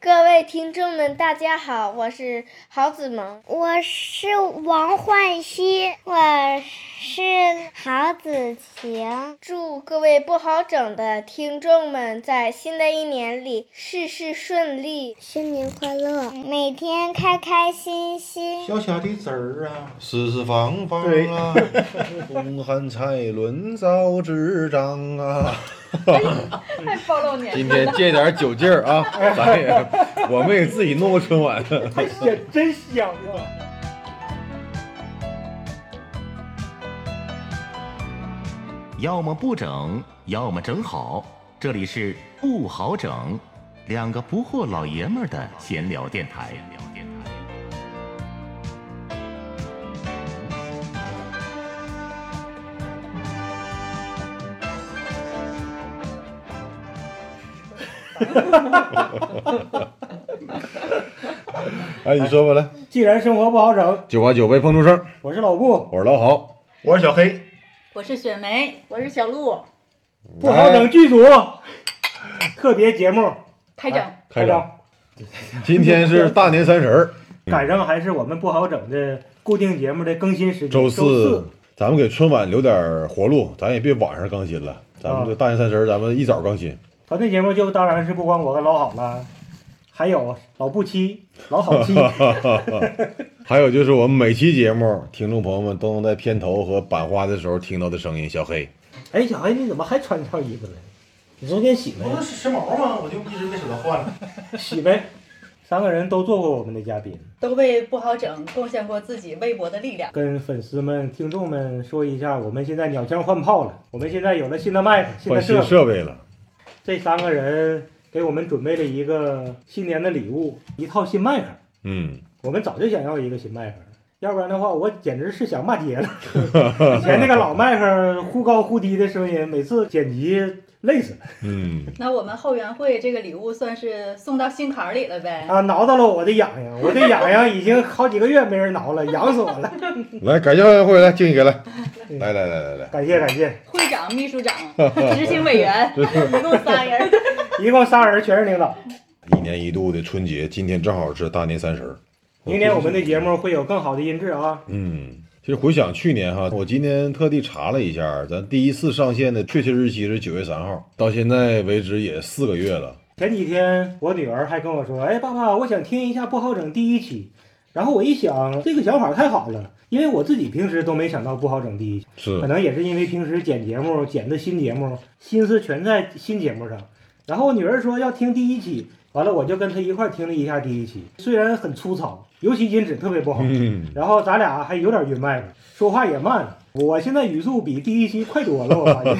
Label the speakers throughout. Speaker 1: 各位听众们，大家好，我是郝子萌。
Speaker 2: 我是王焕熙，我是郝子晴，
Speaker 1: 祝各位不好整的听众们在新的一年里事事顺利。
Speaker 2: 新年快乐，每天开开心心。
Speaker 3: 小小的籽儿啊，
Speaker 4: 四四方方啊， 风寒菜轮早知长啊。
Speaker 5: 太哎暴露年
Speaker 4: 今天借点酒劲儿 啊，咱也我们也自己弄个春晚。
Speaker 3: 太香，真香啊！
Speaker 6: 要么不整，要么整好。这里是不好整，两个不惑老爷们儿的闲聊电台。
Speaker 4: 哎，你说吧，来，
Speaker 3: 既然生活不好整，
Speaker 4: 九八九被碰出声，
Speaker 3: 我是老顾，
Speaker 4: 我是老郝。
Speaker 7: 我是小黑，
Speaker 5: 我是雪梅，我是小鹿，
Speaker 3: 不好整剧组特别节目
Speaker 5: 开整。
Speaker 4: 开张，
Speaker 3: 张，
Speaker 4: 今天是大年三十儿，
Speaker 3: 赶上还是我们不好整的固定节目的更新时间，
Speaker 4: 周
Speaker 3: 四
Speaker 4: 四，咱们给春晚留点活路，咱也别晚上更新了。咱们这大年三十儿，咱们一早更新。
Speaker 3: 团队节目就当然是不光我跟老郝了，还有老布七、老郝 七，
Speaker 4: 还有就是我们每期节目，听众朋友们都能在片头和版花的时候听到的声音。小黑，
Speaker 3: 哎，小黑你怎么还穿这套衣服呢？你昨天洗
Speaker 7: 不
Speaker 3: 没？
Speaker 7: 是时髦吗？我就一直没舍得换了。
Speaker 3: 洗呗。三个人都做过我们的嘉宾，
Speaker 5: 都为不好整贡献过自己微薄的力量。
Speaker 3: 跟粉丝们、听众们说一下，我们现在鸟枪换炮了，我们现在有了新的麦克、新的
Speaker 4: 换新
Speaker 3: 设备。
Speaker 4: 设备了。
Speaker 3: 这三个人给我们准备了一个新年的礼物，一套新麦克。
Speaker 4: 嗯，
Speaker 3: 我们早就想要一个新麦克，要不然的话，我简直是想骂街 了。以前那个老麦克忽高忽低的声音，每次剪辑累死了
Speaker 4: 嗯，
Speaker 5: 那我们后援会这个礼物算是送到心坎儿里了呗。
Speaker 3: 啊，挠到了我的痒痒，我的痒痒已经好几个月没人挠了，痒死我了。
Speaker 4: 来，感谢委会来，敬一个来，来来来来来，
Speaker 3: 感谢感谢，
Speaker 5: 会长、秘书长、执行委员，一共仨人。
Speaker 3: 一共仨人全是领导。
Speaker 4: 一年一度的春节，今天正好是大年三十儿。
Speaker 3: 明年我们的节目会有更好的音质啊，
Speaker 4: 嗯，其实回想去年哈，我今天特地查了一下，咱第一次上线的确切日期是九月三号，到现在为止也四个月了。
Speaker 3: 前几天我女儿还跟我说：“哎，爸爸，我想听一下不好整第一期。”然后我一想，这个想法太好了，因为我自己平时都没想到不好整第一期，
Speaker 4: 是
Speaker 3: 可，能也是因为平时剪节目、剪的新节目，心思全在新节目上。然后我女儿说要听第一期，完了我就跟她一块儿听了一下第一期，虽然很粗糙，尤其音质特别不好，
Speaker 4: 嗯，
Speaker 3: 然后咱俩还有点晕麦了，说话也慢。我现在语速比第一期快多了，我发 现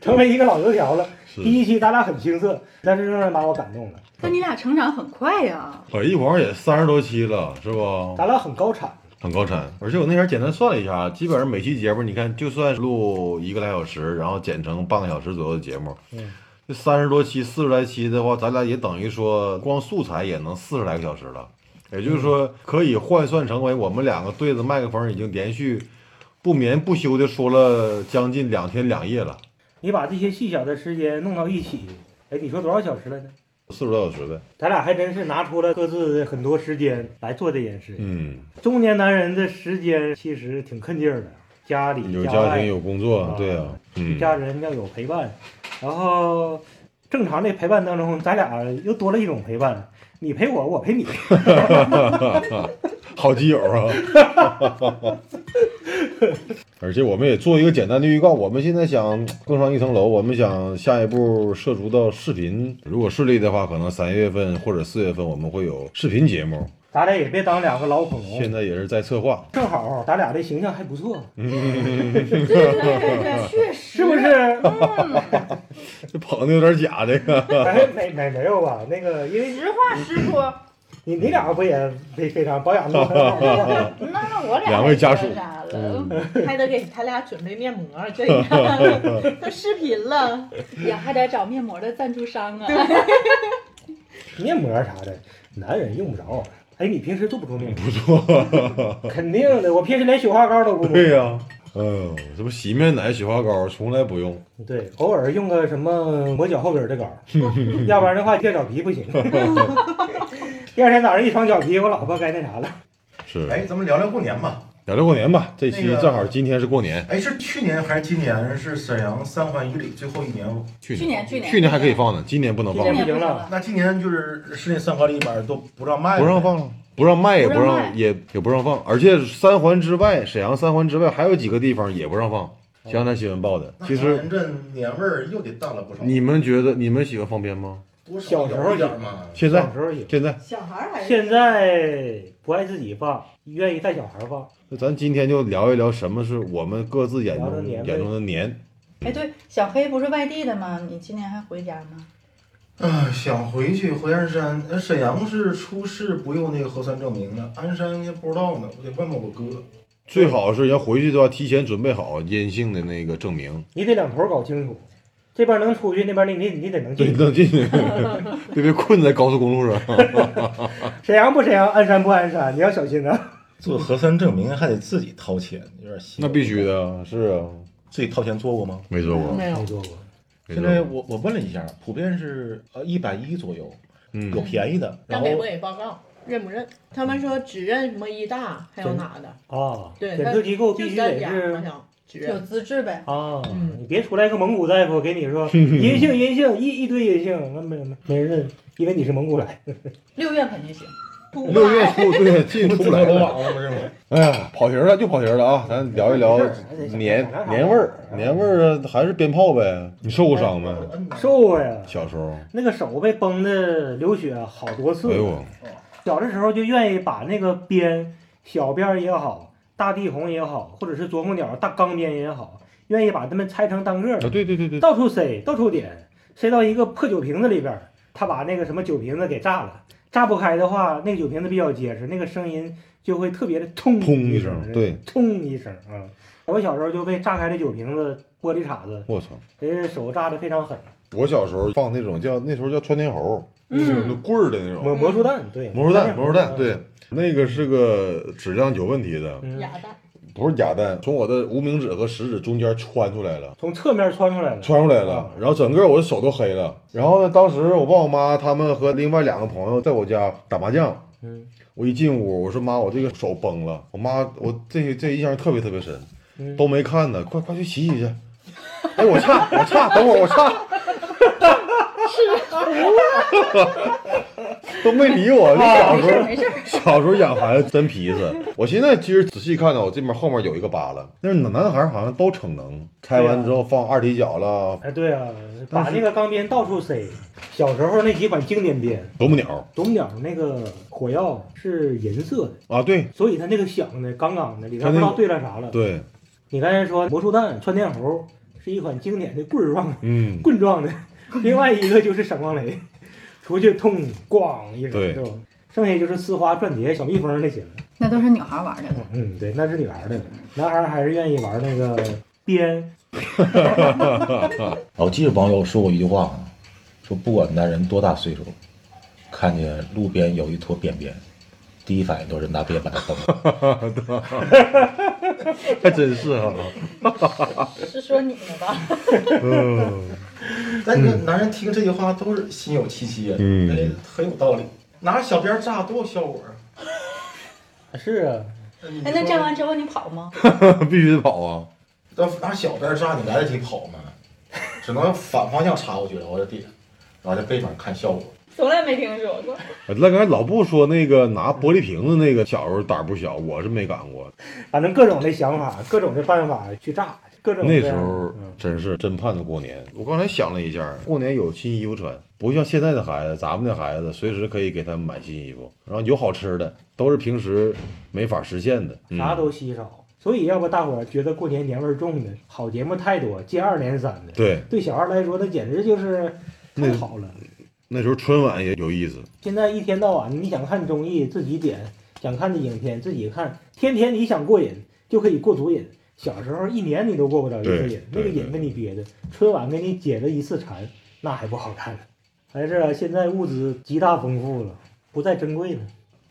Speaker 3: 成为一个老油条了。
Speaker 4: 是。
Speaker 3: 第一期咱俩很青涩，但是仍然把我感动了，
Speaker 5: 那你俩成长很快呀、
Speaker 4: 哎，一晃也三十多期了，是吧？
Speaker 3: 咱俩很高产。
Speaker 4: 很高产，而且我那天简单算了一下，啊基本上每期节目，你看就算录一个来小时，然后剪成半个小时左右的节目，
Speaker 3: 嗯，
Speaker 4: 这三十多期、四十来期的话，咱俩也等于说光素材也能四十来个小时了，也就是说可以换算成为我们两个对着麦克风已经连续不眠不休的说了将近两天两夜了，
Speaker 3: 你把这些细小的时间弄到一起，哎，你说多少小时来着？
Speaker 4: 四十多小时呗。
Speaker 3: 咱俩还真是拿出了各自的很多时间来做这件事。
Speaker 4: 嗯，
Speaker 3: 中年男人的时间其实挺坑劲儿的，家里
Speaker 4: 有
Speaker 3: 家
Speaker 4: 家庭有工作
Speaker 3: 啊，
Speaker 4: 对啊，嗯，
Speaker 3: 家人要有陪伴，然后正常的陪伴当中，咱俩又多了一种陪伴，你陪我，我陪你。
Speaker 4: 好基友啊！ 而且我们也做一个简单的预告，我们现在想更上一层楼，我们想下一步涉足到视频。如果顺利的话，可能三月份或者四月份我们会有视频节目，
Speaker 3: 咱俩也别当两个老恐
Speaker 4: 现
Speaker 3: 龙，
Speaker 4: 在也是嗯在策划。
Speaker 3: 正好咱俩的形象还不错，
Speaker 5: 对对对对，确实
Speaker 3: 是不 是？
Speaker 4: 这捧的有点假，这个
Speaker 3: 哎，没没没有吧？那个，因为
Speaker 5: 实话实说，
Speaker 3: 你你俩不也非非常保养的很好吗？
Speaker 5: 那我俩
Speaker 4: 两位家属
Speaker 5: 那啥了， 还得给他俩准备面膜，这样都视频了，也还得找面膜的赞助商啊。
Speaker 3: 面膜啥的，男人用不着。哎，你平时做不做面膜？
Speaker 4: 不错。
Speaker 3: 肯定的，我平时连雪花膏都不抹。
Speaker 4: 对呀、哎呦，什么洗面奶、雪花膏从来不用，
Speaker 3: 对，偶尔用个什么磨脚后跟儿的 膏儿，要不然的话掉脚皮不行。 第二天早上一床脚皮，我老婆该那啥了。
Speaker 4: 是
Speaker 7: 哎，咱们聊聊过年吧。
Speaker 4: 聊聊过年吧。这期
Speaker 7: 那个
Speaker 4: 正好今天是过年，
Speaker 7: 哎，是去年还是今年？是沈阳三环以里最后一年。
Speaker 4: 去
Speaker 5: 去年去年
Speaker 4: 去年还可以放呢，今年不能放了，
Speaker 5: 今年不行
Speaker 3: 了
Speaker 5: 了，
Speaker 7: 那今年就是市内三环里边都不让卖，
Speaker 4: 不让。放了。不让卖也
Speaker 5: 不
Speaker 4: 不
Speaker 5: 让
Speaker 4: 让
Speaker 5: 卖
Speaker 4: 也也不让放，而且三环之外，沈阳三环之外还有几个地方也不让放。江南新闻报的，
Speaker 7: 那
Speaker 4: 其
Speaker 7: 长
Speaker 4: 实
Speaker 7: 安镇年味儿又得淡了不少。
Speaker 4: 你们觉得你们喜欢放鞭吗？
Speaker 7: 多少
Speaker 3: 小时候
Speaker 7: 有点儿嘛，
Speaker 4: 现在
Speaker 3: 小时候有，
Speaker 4: 现在，
Speaker 5: 小孩儿还
Speaker 3: 现在不爱自己放，愿意带小孩儿放。
Speaker 4: 那咱今天就聊一聊什么是我们各自眼
Speaker 3: 聊聊
Speaker 4: 中
Speaker 3: 年味
Speaker 4: 眼中的年。
Speaker 5: 哎，对，小黑不是外地的吗？你今年还回家吗？
Speaker 7: 啊，想回去回鞍山。呃沈阳是出示不用那个核酸证明的，鞍山也不知道呢，我得问问我哥。
Speaker 4: 最好是人回去都要提前准备好阴性的那个证明，
Speaker 3: 你得两头儿搞清楚，这边能出去，那边你你你得能
Speaker 4: 对，
Speaker 3: 进。
Speaker 4: 能进去，别被困在高速公路上。
Speaker 3: 沈阳不沈阳，鞍山不鞍山，你要小心啊！
Speaker 7: 做核酸证明还得自己掏钱，有点
Speaker 4: 那必须。的啊，是啊，
Speaker 7: 自己掏钱做过吗？
Speaker 4: 没做过，
Speaker 5: 没有
Speaker 3: 没，做过，
Speaker 4: 没
Speaker 7: 现
Speaker 4: 做
Speaker 7: 在
Speaker 4: 过。
Speaker 7: 我我问了一下，普遍是呃一百一左右，有
Speaker 4: 嗯，
Speaker 7: 便宜的，然
Speaker 8: 张
Speaker 7: 后
Speaker 8: 给我也报告，认不认？他们说只认什么医大，还有哪的，
Speaker 3: 啊，
Speaker 8: 对
Speaker 3: 检
Speaker 8: 他
Speaker 3: 测机构必
Speaker 8: 就
Speaker 3: 须
Speaker 8: 三
Speaker 3: 得
Speaker 8: 家
Speaker 3: 是
Speaker 8: 好像只
Speaker 5: 有
Speaker 8: 认。
Speaker 5: 资质呗。
Speaker 3: 啊，
Speaker 8: 嗯
Speaker 3: 你别出来个蒙古大夫给你 说阴性阴性一一堆阴性，那没没没人认，因为你是蒙古来。
Speaker 5: 六月肯定行，
Speaker 4: 六月初对进出不来
Speaker 7: 都
Speaker 4: 了。
Speaker 7: 网了不是吗？
Speaker 4: 哎呀，跑题儿了，又跑题儿了啊！咱聊一聊
Speaker 3: 嗯
Speaker 4: 年年味儿，年味儿啊还是鞭炮呗。你受过伤没？
Speaker 3: 受过呀，
Speaker 4: 小时候，
Speaker 3: 啊那个手被崩的流血好多次。
Speaker 4: 哎呦，
Speaker 3: 小的时候就愿意把那个鞭，小鞭儿也好，大地红也好，或者是啄木鸟大钢鞭也好，愿意把它们拆成单个儿
Speaker 4: 啊，，对对对对，
Speaker 3: 到处塞，到处点，塞到一个破酒瓶子里边儿，他把那个什么酒瓶子给炸了。炸不开的话，那个酒瓶子比较结实，那个声音就会特别的冲
Speaker 4: 砰一
Speaker 3: 一
Speaker 4: 声，，对，
Speaker 3: 冲一声啊！我小时候就被炸开的酒瓶子、玻璃碴子，
Speaker 4: 我操！
Speaker 3: 给手炸的非常狠。
Speaker 4: 我小时候放那种叫那时候叫窜天猴，就是那
Speaker 5: 嗯，
Speaker 4: 棍儿的那种
Speaker 3: 魔魔术弹，对，
Speaker 4: 魔术弹，魔术弹，
Speaker 3: 嗯，
Speaker 4: 对，那个是个质量有问题的，
Speaker 3: 嗯，
Speaker 8: 哑弹，
Speaker 4: 不是假弹，从我的无名指和食指中间穿出来了。
Speaker 3: 从侧面穿出来了，
Speaker 4: 穿出来
Speaker 3: 嗯
Speaker 4: 了，然后整个我的手都黑了。然后呢，当时我爸我妈他们和另外两个朋友在我家打麻将，
Speaker 3: 嗯
Speaker 4: 我一进屋，我说妈，我这个手崩了。我妈，我这这印象特别特别深，
Speaker 3: 嗯，
Speaker 4: 都没看呢，快快去洗洗去。哎，我差， 我差，等会儿我差。 都没理我，就
Speaker 3: 啊
Speaker 4: 小时候，小时候养孩子真皮实。我现在其实仔细看呢，我这边后面有一个疤了，但是男孩好像都逞能，拆完之后放二踢脚了，
Speaker 3: 哎，对啊，把那个钢鞭到处塞。小时候那几款经典鞭，
Speaker 4: 啄木鸟
Speaker 3: 啄木鸟那个火药是银色的，
Speaker 4: 啊，对
Speaker 3: 所以它那个响的杠杠的，里边不知道对了啥了。
Speaker 4: 对，
Speaker 3: 你刚才说魔术弹、窜天猴是一款经典的棍儿状、
Speaker 4: 嗯，
Speaker 3: 棍状 的，另外一个就是闪光雷，出去痛咣一声，
Speaker 4: 对
Speaker 3: 是吧？剩下就是丝花、转碟、小蜜蜂那些了。
Speaker 5: 那都是女孩玩的了。
Speaker 3: 嗯，对，那是女孩儿的，男孩儿还是愿意玩那个鞭。
Speaker 7: 老记得网友说过一句话，说不管男人多大岁数，看见路边有一坨便便，第一反应都是拿鞭把它崩了。
Speaker 4: 还真是啊哈、
Speaker 5: 是说你的吧？
Speaker 4: 嗯，
Speaker 7: 但你看，男人听这句话都是心有戚戚呀，
Speaker 4: 嗯
Speaker 7: 哎，很有道理。拿着小鞭炸多有效果啊！
Speaker 3: 是啊，
Speaker 7: 哎
Speaker 5: 哎，那站完之后你跑吗？
Speaker 4: 必须得跑啊！
Speaker 7: 但拿小鞭炸，你来得及跑吗？只能反方向插过去，然后再点，然后在背面看效果。
Speaker 8: 从来没听说过。
Speaker 4: 那刚才老布说那个拿玻璃瓶子那个，小时候胆儿不小，我是没敢过。
Speaker 3: 反正各种的想法，各种的办法去炸，各种的
Speaker 4: 那时候
Speaker 3: 嗯
Speaker 4: 真是真盼着过年。啊我刚才想了一下，过年有新衣服穿，不像现在的孩子，咱们的孩子随时可以给他们买新衣服，然后有好吃的，都是平时没法实现的。嗯
Speaker 3: 啥都稀少，所以要不大伙儿觉得过年年味儿重的好节目太多，接二连三的，
Speaker 4: 对，
Speaker 3: 对小孩来说那简直就是
Speaker 4: 那
Speaker 3: 太好了。
Speaker 4: 那时候春晚也有意思，
Speaker 3: 现在一天到晚你想看综艺自己点，想看的影片自己看，天天你想过瘾就可以过足瘾。小时候一年你都过不了一次瘾，那个
Speaker 4: 对对
Speaker 3: 瘾给你憋的，春晚给你解了一次馋，哎那还不好看呢？还是啊现在物资极大丰富了，不再珍贵了。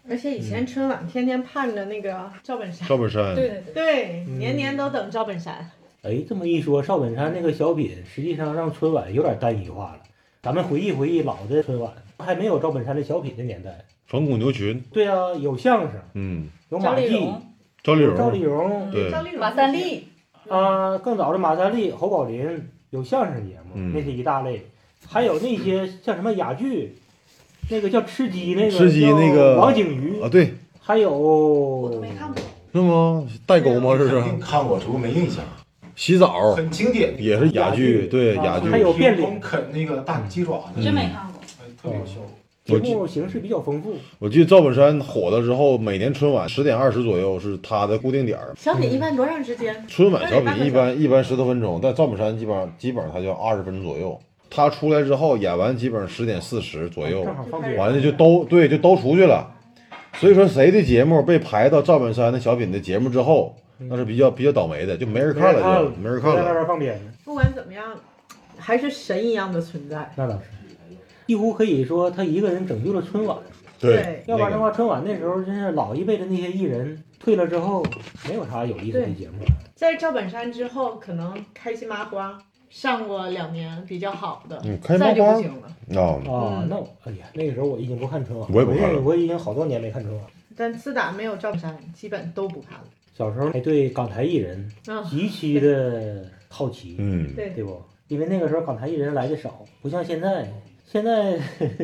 Speaker 8: 而且以前春晚天天盼着那个赵本山，
Speaker 4: 嗯赵嗯本山，
Speaker 5: 对对对，
Speaker 8: 对，年年都等赵本山。
Speaker 3: 哎，这么一说，赵本山那个小品实际上让春晚有点单一化了。咱们回忆回忆老的春晚，还没有赵本山的小品的年代。
Speaker 4: 冯巩牛群，
Speaker 3: 对啊，有相声，
Speaker 4: 嗯，
Speaker 3: 有
Speaker 5: 赵
Speaker 3: 马
Speaker 5: 丽
Speaker 3: 季，
Speaker 5: 蓉、
Speaker 4: 赵丽
Speaker 3: 有赵丽
Speaker 4: 蓉，
Speaker 3: 蓉
Speaker 4: 对
Speaker 8: 赵丽蓉、
Speaker 5: 嗯马三立，
Speaker 8: 嗯
Speaker 3: 啊，更早的马三立、侯宝林，有相声节目，
Speaker 4: 嗯
Speaker 3: 那是一大类。还有那些像什么哑剧，那个叫吃鸡那个，
Speaker 4: 吃鸡那个
Speaker 3: 叫王景瑜，
Speaker 4: 啊，对，
Speaker 3: 还有
Speaker 5: 我都没看过。
Speaker 4: 是吗？代沟吗？
Speaker 9: 肯
Speaker 3: 啊
Speaker 4: 这是啊哦
Speaker 9: 定看过，只不过没印象。
Speaker 4: 洗澡
Speaker 9: 很经典，
Speaker 4: 也是哑
Speaker 3: 哑
Speaker 4: 剧，
Speaker 3: 剧
Speaker 4: 对
Speaker 3: 啊
Speaker 4: 哑
Speaker 3: 还
Speaker 4: 剧，
Speaker 3: 有变脸
Speaker 9: 乒乓啃那个大米鸡爪子，
Speaker 4: 嗯
Speaker 5: 真没看过。
Speaker 9: 哎特别有效果。
Speaker 3: 节
Speaker 4: 我记
Speaker 3: 目形式比较丰富。
Speaker 4: 我记得赵本山火了之后，每年春晚十点二十左右是他的固定点儿。
Speaker 8: 小品一般多长时间？
Speaker 4: 春晚小品一般一般十多分钟，但赵本山基本上基本上他就二十分钟左右。他出来之后演完，基本上十点四十左右，
Speaker 3: 哦正好放
Speaker 4: 完了就都对，就都出去了。所以说，谁的节目被排到赵本山的小品的节目之后，那是比较比较倒霉的，就没人看了，就没人看
Speaker 3: 在那
Speaker 4: 了。
Speaker 3: 边放鞭
Speaker 8: 不管怎么样，还是神一样的存在。
Speaker 3: 那倒是，几乎可以说他一个人拯救了春晚。
Speaker 4: 对
Speaker 8: 对，
Speaker 3: 要不
Speaker 4: 那
Speaker 3: 然的
Speaker 4: 个
Speaker 3: 话，春晚那时候真是老一辈的那些艺人退了之后，没有啥有意思的
Speaker 8: 对
Speaker 3: 节目。
Speaker 8: 在赵本山之后，可能开心麻花上过两年比较好的，
Speaker 4: 嗯开心麻
Speaker 8: 再
Speaker 4: 花
Speaker 8: 就不行了。
Speaker 4: 啊，
Speaker 3: 啊
Speaker 8: 嗯，
Speaker 3: 那我哎呀，那个时候我已经不看春晚，
Speaker 4: 我也不看了
Speaker 3: 我我已经好多年没看春晚。
Speaker 8: 但自打没有赵本山，基本都不看了。
Speaker 3: 小时候还对港台艺人
Speaker 8: 嗯，
Speaker 3: 极其的好奇，
Speaker 4: 嗯，
Speaker 8: 对，
Speaker 3: 对不？因为那个时候港台艺人来的少，不像现在，现在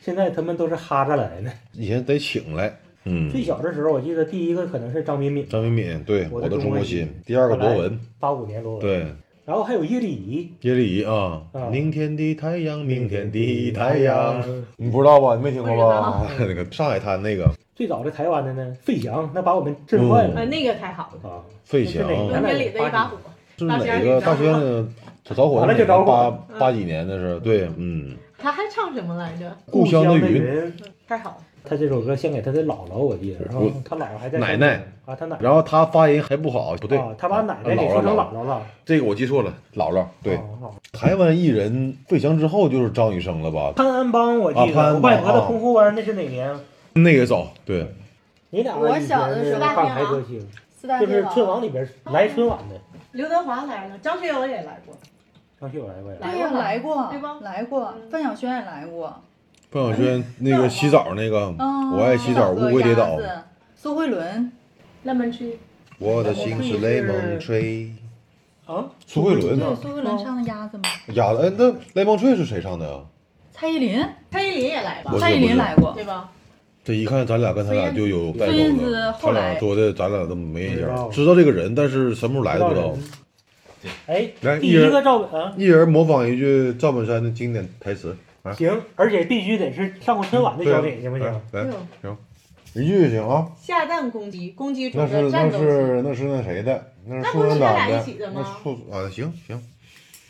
Speaker 3: 现在他们都是哈着来的。
Speaker 4: 以前得请来，嗯，
Speaker 3: 最小的时候，我记得第一个可能是张敏敏，
Speaker 4: 张敏敏，对，
Speaker 3: 我
Speaker 4: 我
Speaker 3: 的
Speaker 4: 的
Speaker 3: 中
Speaker 4: 中
Speaker 3: 国
Speaker 4: 国
Speaker 3: 心
Speaker 4: 心，第二个博文，
Speaker 3: 八五年罗文，
Speaker 4: 对，
Speaker 3: 然后还有叶丽仪，
Speaker 4: 叶丽仪啊
Speaker 3: 啊，
Speaker 4: 明天的太阳，明天的太阳，你不知道吧？你没听过吧？ 那个上海滩那个
Speaker 3: 最早的台湾的呢，费翔，那把我们震坏
Speaker 8: 呃，
Speaker 3: 了、
Speaker 8: 那个太好
Speaker 4: 嗯
Speaker 8: 了，
Speaker 3: 啊！
Speaker 4: 费
Speaker 3: 是
Speaker 4: 翔，
Speaker 3: 哪个嗯
Speaker 4: 啊
Speaker 8: 《冬天里的一把火》。
Speaker 4: 是哪个
Speaker 8: 大
Speaker 4: 大
Speaker 8: 学
Speaker 4: 学
Speaker 8: 里
Speaker 4: 院
Speaker 8: 着火
Speaker 4: 着火
Speaker 3: 完了就着火
Speaker 4: 八八几年的时候，对，嗯，
Speaker 8: 他还唱什么来着？
Speaker 4: 故乡的
Speaker 3: 的
Speaker 4: 云，
Speaker 3: 云，
Speaker 8: 太好了，
Speaker 3: 他这首歌献给他的姥姥，我记得，然后
Speaker 4: 我
Speaker 3: 他姥姥还在
Speaker 4: 奶奶
Speaker 3: 啊，他奶奶
Speaker 4: 然后他发音还不好，不对
Speaker 3: 啊，，他把奶奶给
Speaker 4: 姥
Speaker 3: 说成
Speaker 4: 姥
Speaker 3: 姥姥了，
Speaker 4: 这个我记错了，姥姥，对，
Speaker 3: 哦哦
Speaker 4: 台湾艺人费翔之后就是张雨生了吧？
Speaker 3: 潘安邦，我
Speaker 4: 啊
Speaker 3: 记
Speaker 4: 潘安
Speaker 3: 得，我
Speaker 4: 邦
Speaker 3: 外婆的澎湖湾那是哪年？
Speaker 4: 那个早，对，
Speaker 3: 你俩
Speaker 5: 我小的时候
Speaker 3: 以前港台歌星，
Speaker 5: 四大
Speaker 3: 就
Speaker 5: 天
Speaker 3: 是春
Speaker 5: 王
Speaker 3: 晚里边来春晚的，
Speaker 8: 刘德华来了，张学友也来过，
Speaker 3: 张学友来过呀。
Speaker 5: 对呀，来过，
Speaker 8: 对吧
Speaker 5: 来过
Speaker 8: 嗯，
Speaker 5: 范晓萱也来过。
Speaker 4: 范晓萱
Speaker 5: 哎
Speaker 4: 那个洗澡那个，
Speaker 5: 嗯，
Speaker 4: 我爱洗澡，乌龟跌倒
Speaker 5: 小，鸭子。苏慧伦，
Speaker 8: 那门区
Speaker 4: 我的心是雷蒙吹。
Speaker 3: 啊，
Speaker 4: 苏慧伦
Speaker 5: 对，
Speaker 4: 呢？
Speaker 5: 苏慧伦唱的鸭子吗？
Speaker 4: 呀，哎，那雷蒙吹是谁唱的啊？
Speaker 5: 蔡依林，
Speaker 8: 蔡依林也来吧
Speaker 4: 我，
Speaker 5: 蔡依林来过。
Speaker 8: 对吧？
Speaker 4: 这一看，咱俩跟他俩就有代
Speaker 5: 孙燕
Speaker 4: 沟
Speaker 5: 姿
Speaker 4: 了。
Speaker 5: 后
Speaker 4: 他
Speaker 5: 来
Speaker 4: 俩说的，咱俩都没印
Speaker 3: 不知道
Speaker 4: 象，知道这个人，但是什么时候来的
Speaker 3: 不
Speaker 4: 不知道。。
Speaker 3: 哎，
Speaker 4: 来，
Speaker 3: 第
Speaker 4: 一
Speaker 3: 一
Speaker 4: 人
Speaker 3: 个赵本啊，
Speaker 4: 一人模仿一句赵本山的经典台词，来，
Speaker 3: 行，而且必须得是上过春晚的
Speaker 4: 对啊
Speaker 3: 小品，行不行？
Speaker 4: 来，来
Speaker 8: 哎呦
Speaker 4: 行，一句就行啊。
Speaker 8: 下蛋公鸡，公鸡
Speaker 4: 那
Speaker 8: 中
Speaker 4: 是
Speaker 8: 的
Speaker 4: 那
Speaker 8: 战斗机。
Speaker 4: 是那是那谁的？那
Speaker 8: 那
Speaker 4: 是
Speaker 8: 不
Speaker 4: 共
Speaker 8: 是
Speaker 4: 产
Speaker 8: 他
Speaker 4: 党
Speaker 8: 俩
Speaker 4: 的
Speaker 8: 一起的
Speaker 4: 那
Speaker 8: 吗
Speaker 4: 促啊，行行，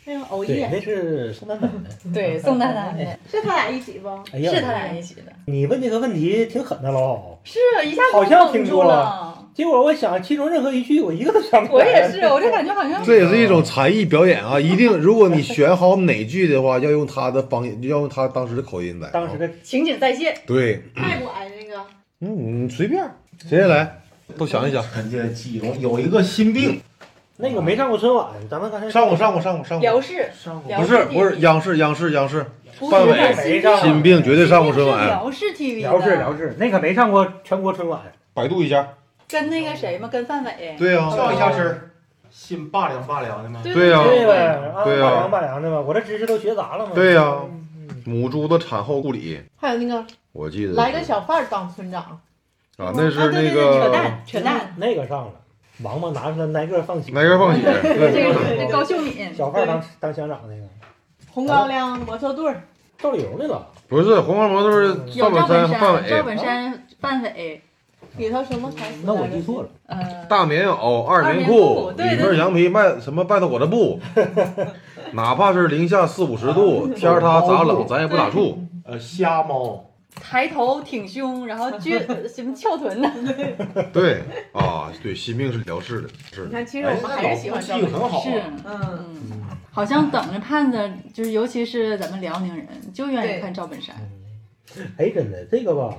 Speaker 8: 那个偶
Speaker 3: 对，
Speaker 8: 哎夜
Speaker 3: 那是宋丹 丹的。
Speaker 5: 对，宋丹丹的，
Speaker 8: 是他俩一起不？
Speaker 3: 哎呀，
Speaker 5: 是他俩一起的。
Speaker 3: 你问这个问题挺狠的老，
Speaker 5: 是一下
Speaker 3: 好像听
Speaker 5: 蒙
Speaker 3: 说
Speaker 5: 住
Speaker 3: 了
Speaker 5: 了。
Speaker 3: 结果我想其中任何一句，我一个都想不出
Speaker 5: 我
Speaker 3: 来。
Speaker 5: 也是，我就感觉好 像
Speaker 4: 这也是一种才艺表演啊！一定，如果你选好哪句的话，要用他的方言，要用他当时的口音来啊。
Speaker 3: 当时的
Speaker 5: 情景再现。
Speaker 4: 对，
Speaker 8: 泰国那个
Speaker 4: 嗯，你随便，谁先来，嗯都想一想。
Speaker 9: 陈家记中有一个心病，
Speaker 3: 那个没上过春晚，咱们刚才
Speaker 4: 上过上过上过上
Speaker 5: 辽
Speaker 4: 过，
Speaker 5: 视，
Speaker 3: 上过
Speaker 5: 辽
Speaker 4: 不
Speaker 5: 视
Speaker 4: 是不是
Speaker 5: TV
Speaker 4: 央视央视央视，
Speaker 5: 不
Speaker 4: 范
Speaker 5: 是
Speaker 4: 伟
Speaker 3: 没上
Speaker 4: 心病绝对上过春
Speaker 5: 是
Speaker 4: 晚，
Speaker 5: 辽视 TV 的
Speaker 3: 辽视辽视那可没上过全国春晚。
Speaker 4: 百度一下。
Speaker 5: 跟那个谁嘛，跟范伟。
Speaker 4: 对呀、
Speaker 9: 上
Speaker 7: 啊
Speaker 9: 一下身儿，心拔凉拔凉的吗？
Speaker 4: 对呀、
Speaker 3: 对呗，
Speaker 4: 对呀
Speaker 3: 啊，拔凉拔凉的嘛，我这知识都学杂了嘛。
Speaker 4: 对呀母猪的产后护理，
Speaker 8: 还有那个
Speaker 4: 我记得
Speaker 8: 来个
Speaker 4: 是
Speaker 8: 小贩儿当村长，
Speaker 4: 啊，那是
Speaker 8: 啊对
Speaker 4: 那
Speaker 8: 对对扯
Speaker 4: 个
Speaker 5: 嗯
Speaker 8: 淡扯淡，
Speaker 3: 那个上了，王八拿出来挨个放血，
Speaker 4: 哪个放血？
Speaker 5: 这
Speaker 4: 对，
Speaker 5: 个是高秀敏，
Speaker 3: 小贩当当乡长那个，
Speaker 8: 红高粱摩托队儿，
Speaker 3: 赵丽蓉那个，
Speaker 4: 不是红毛毛都是赵
Speaker 5: 有
Speaker 4: 本哎山
Speaker 5: 赵本
Speaker 4: 和
Speaker 5: 山、
Speaker 4: 范
Speaker 5: 赵
Speaker 4: 伟，
Speaker 5: 本山、范伟，
Speaker 8: 里头什么台词？
Speaker 3: 那我记错了。。
Speaker 5: 呃，
Speaker 4: 大棉袄、二
Speaker 5: 棉
Speaker 4: 裤
Speaker 5: 裤，
Speaker 4: 里
Speaker 5: 对对
Speaker 4: 面羊皮外什么外头裹着布，哪怕是零下四五十度，天儿它咋冷咱也不打怵。
Speaker 9: 呃，瞎猫，
Speaker 5: 抬头挺胸，然后 撅什么翘臀的，
Speaker 4: 对啊，对，心病是辽视的，是
Speaker 8: 你看，
Speaker 5: 哎
Speaker 8: 其实我
Speaker 7: 哎
Speaker 8: 们还是喜欢
Speaker 9: 记
Speaker 8: 赵
Speaker 9: 性
Speaker 8: 本
Speaker 9: 很
Speaker 8: 山。
Speaker 9: 好啊，
Speaker 5: 是，
Speaker 8: 嗯，
Speaker 5: 嗯，好像等着盼着，就是尤其是咱们辽宁人，就愿意
Speaker 8: 对
Speaker 4: 嗯
Speaker 5: 看赵本山。
Speaker 3: 哎，真的这个吧，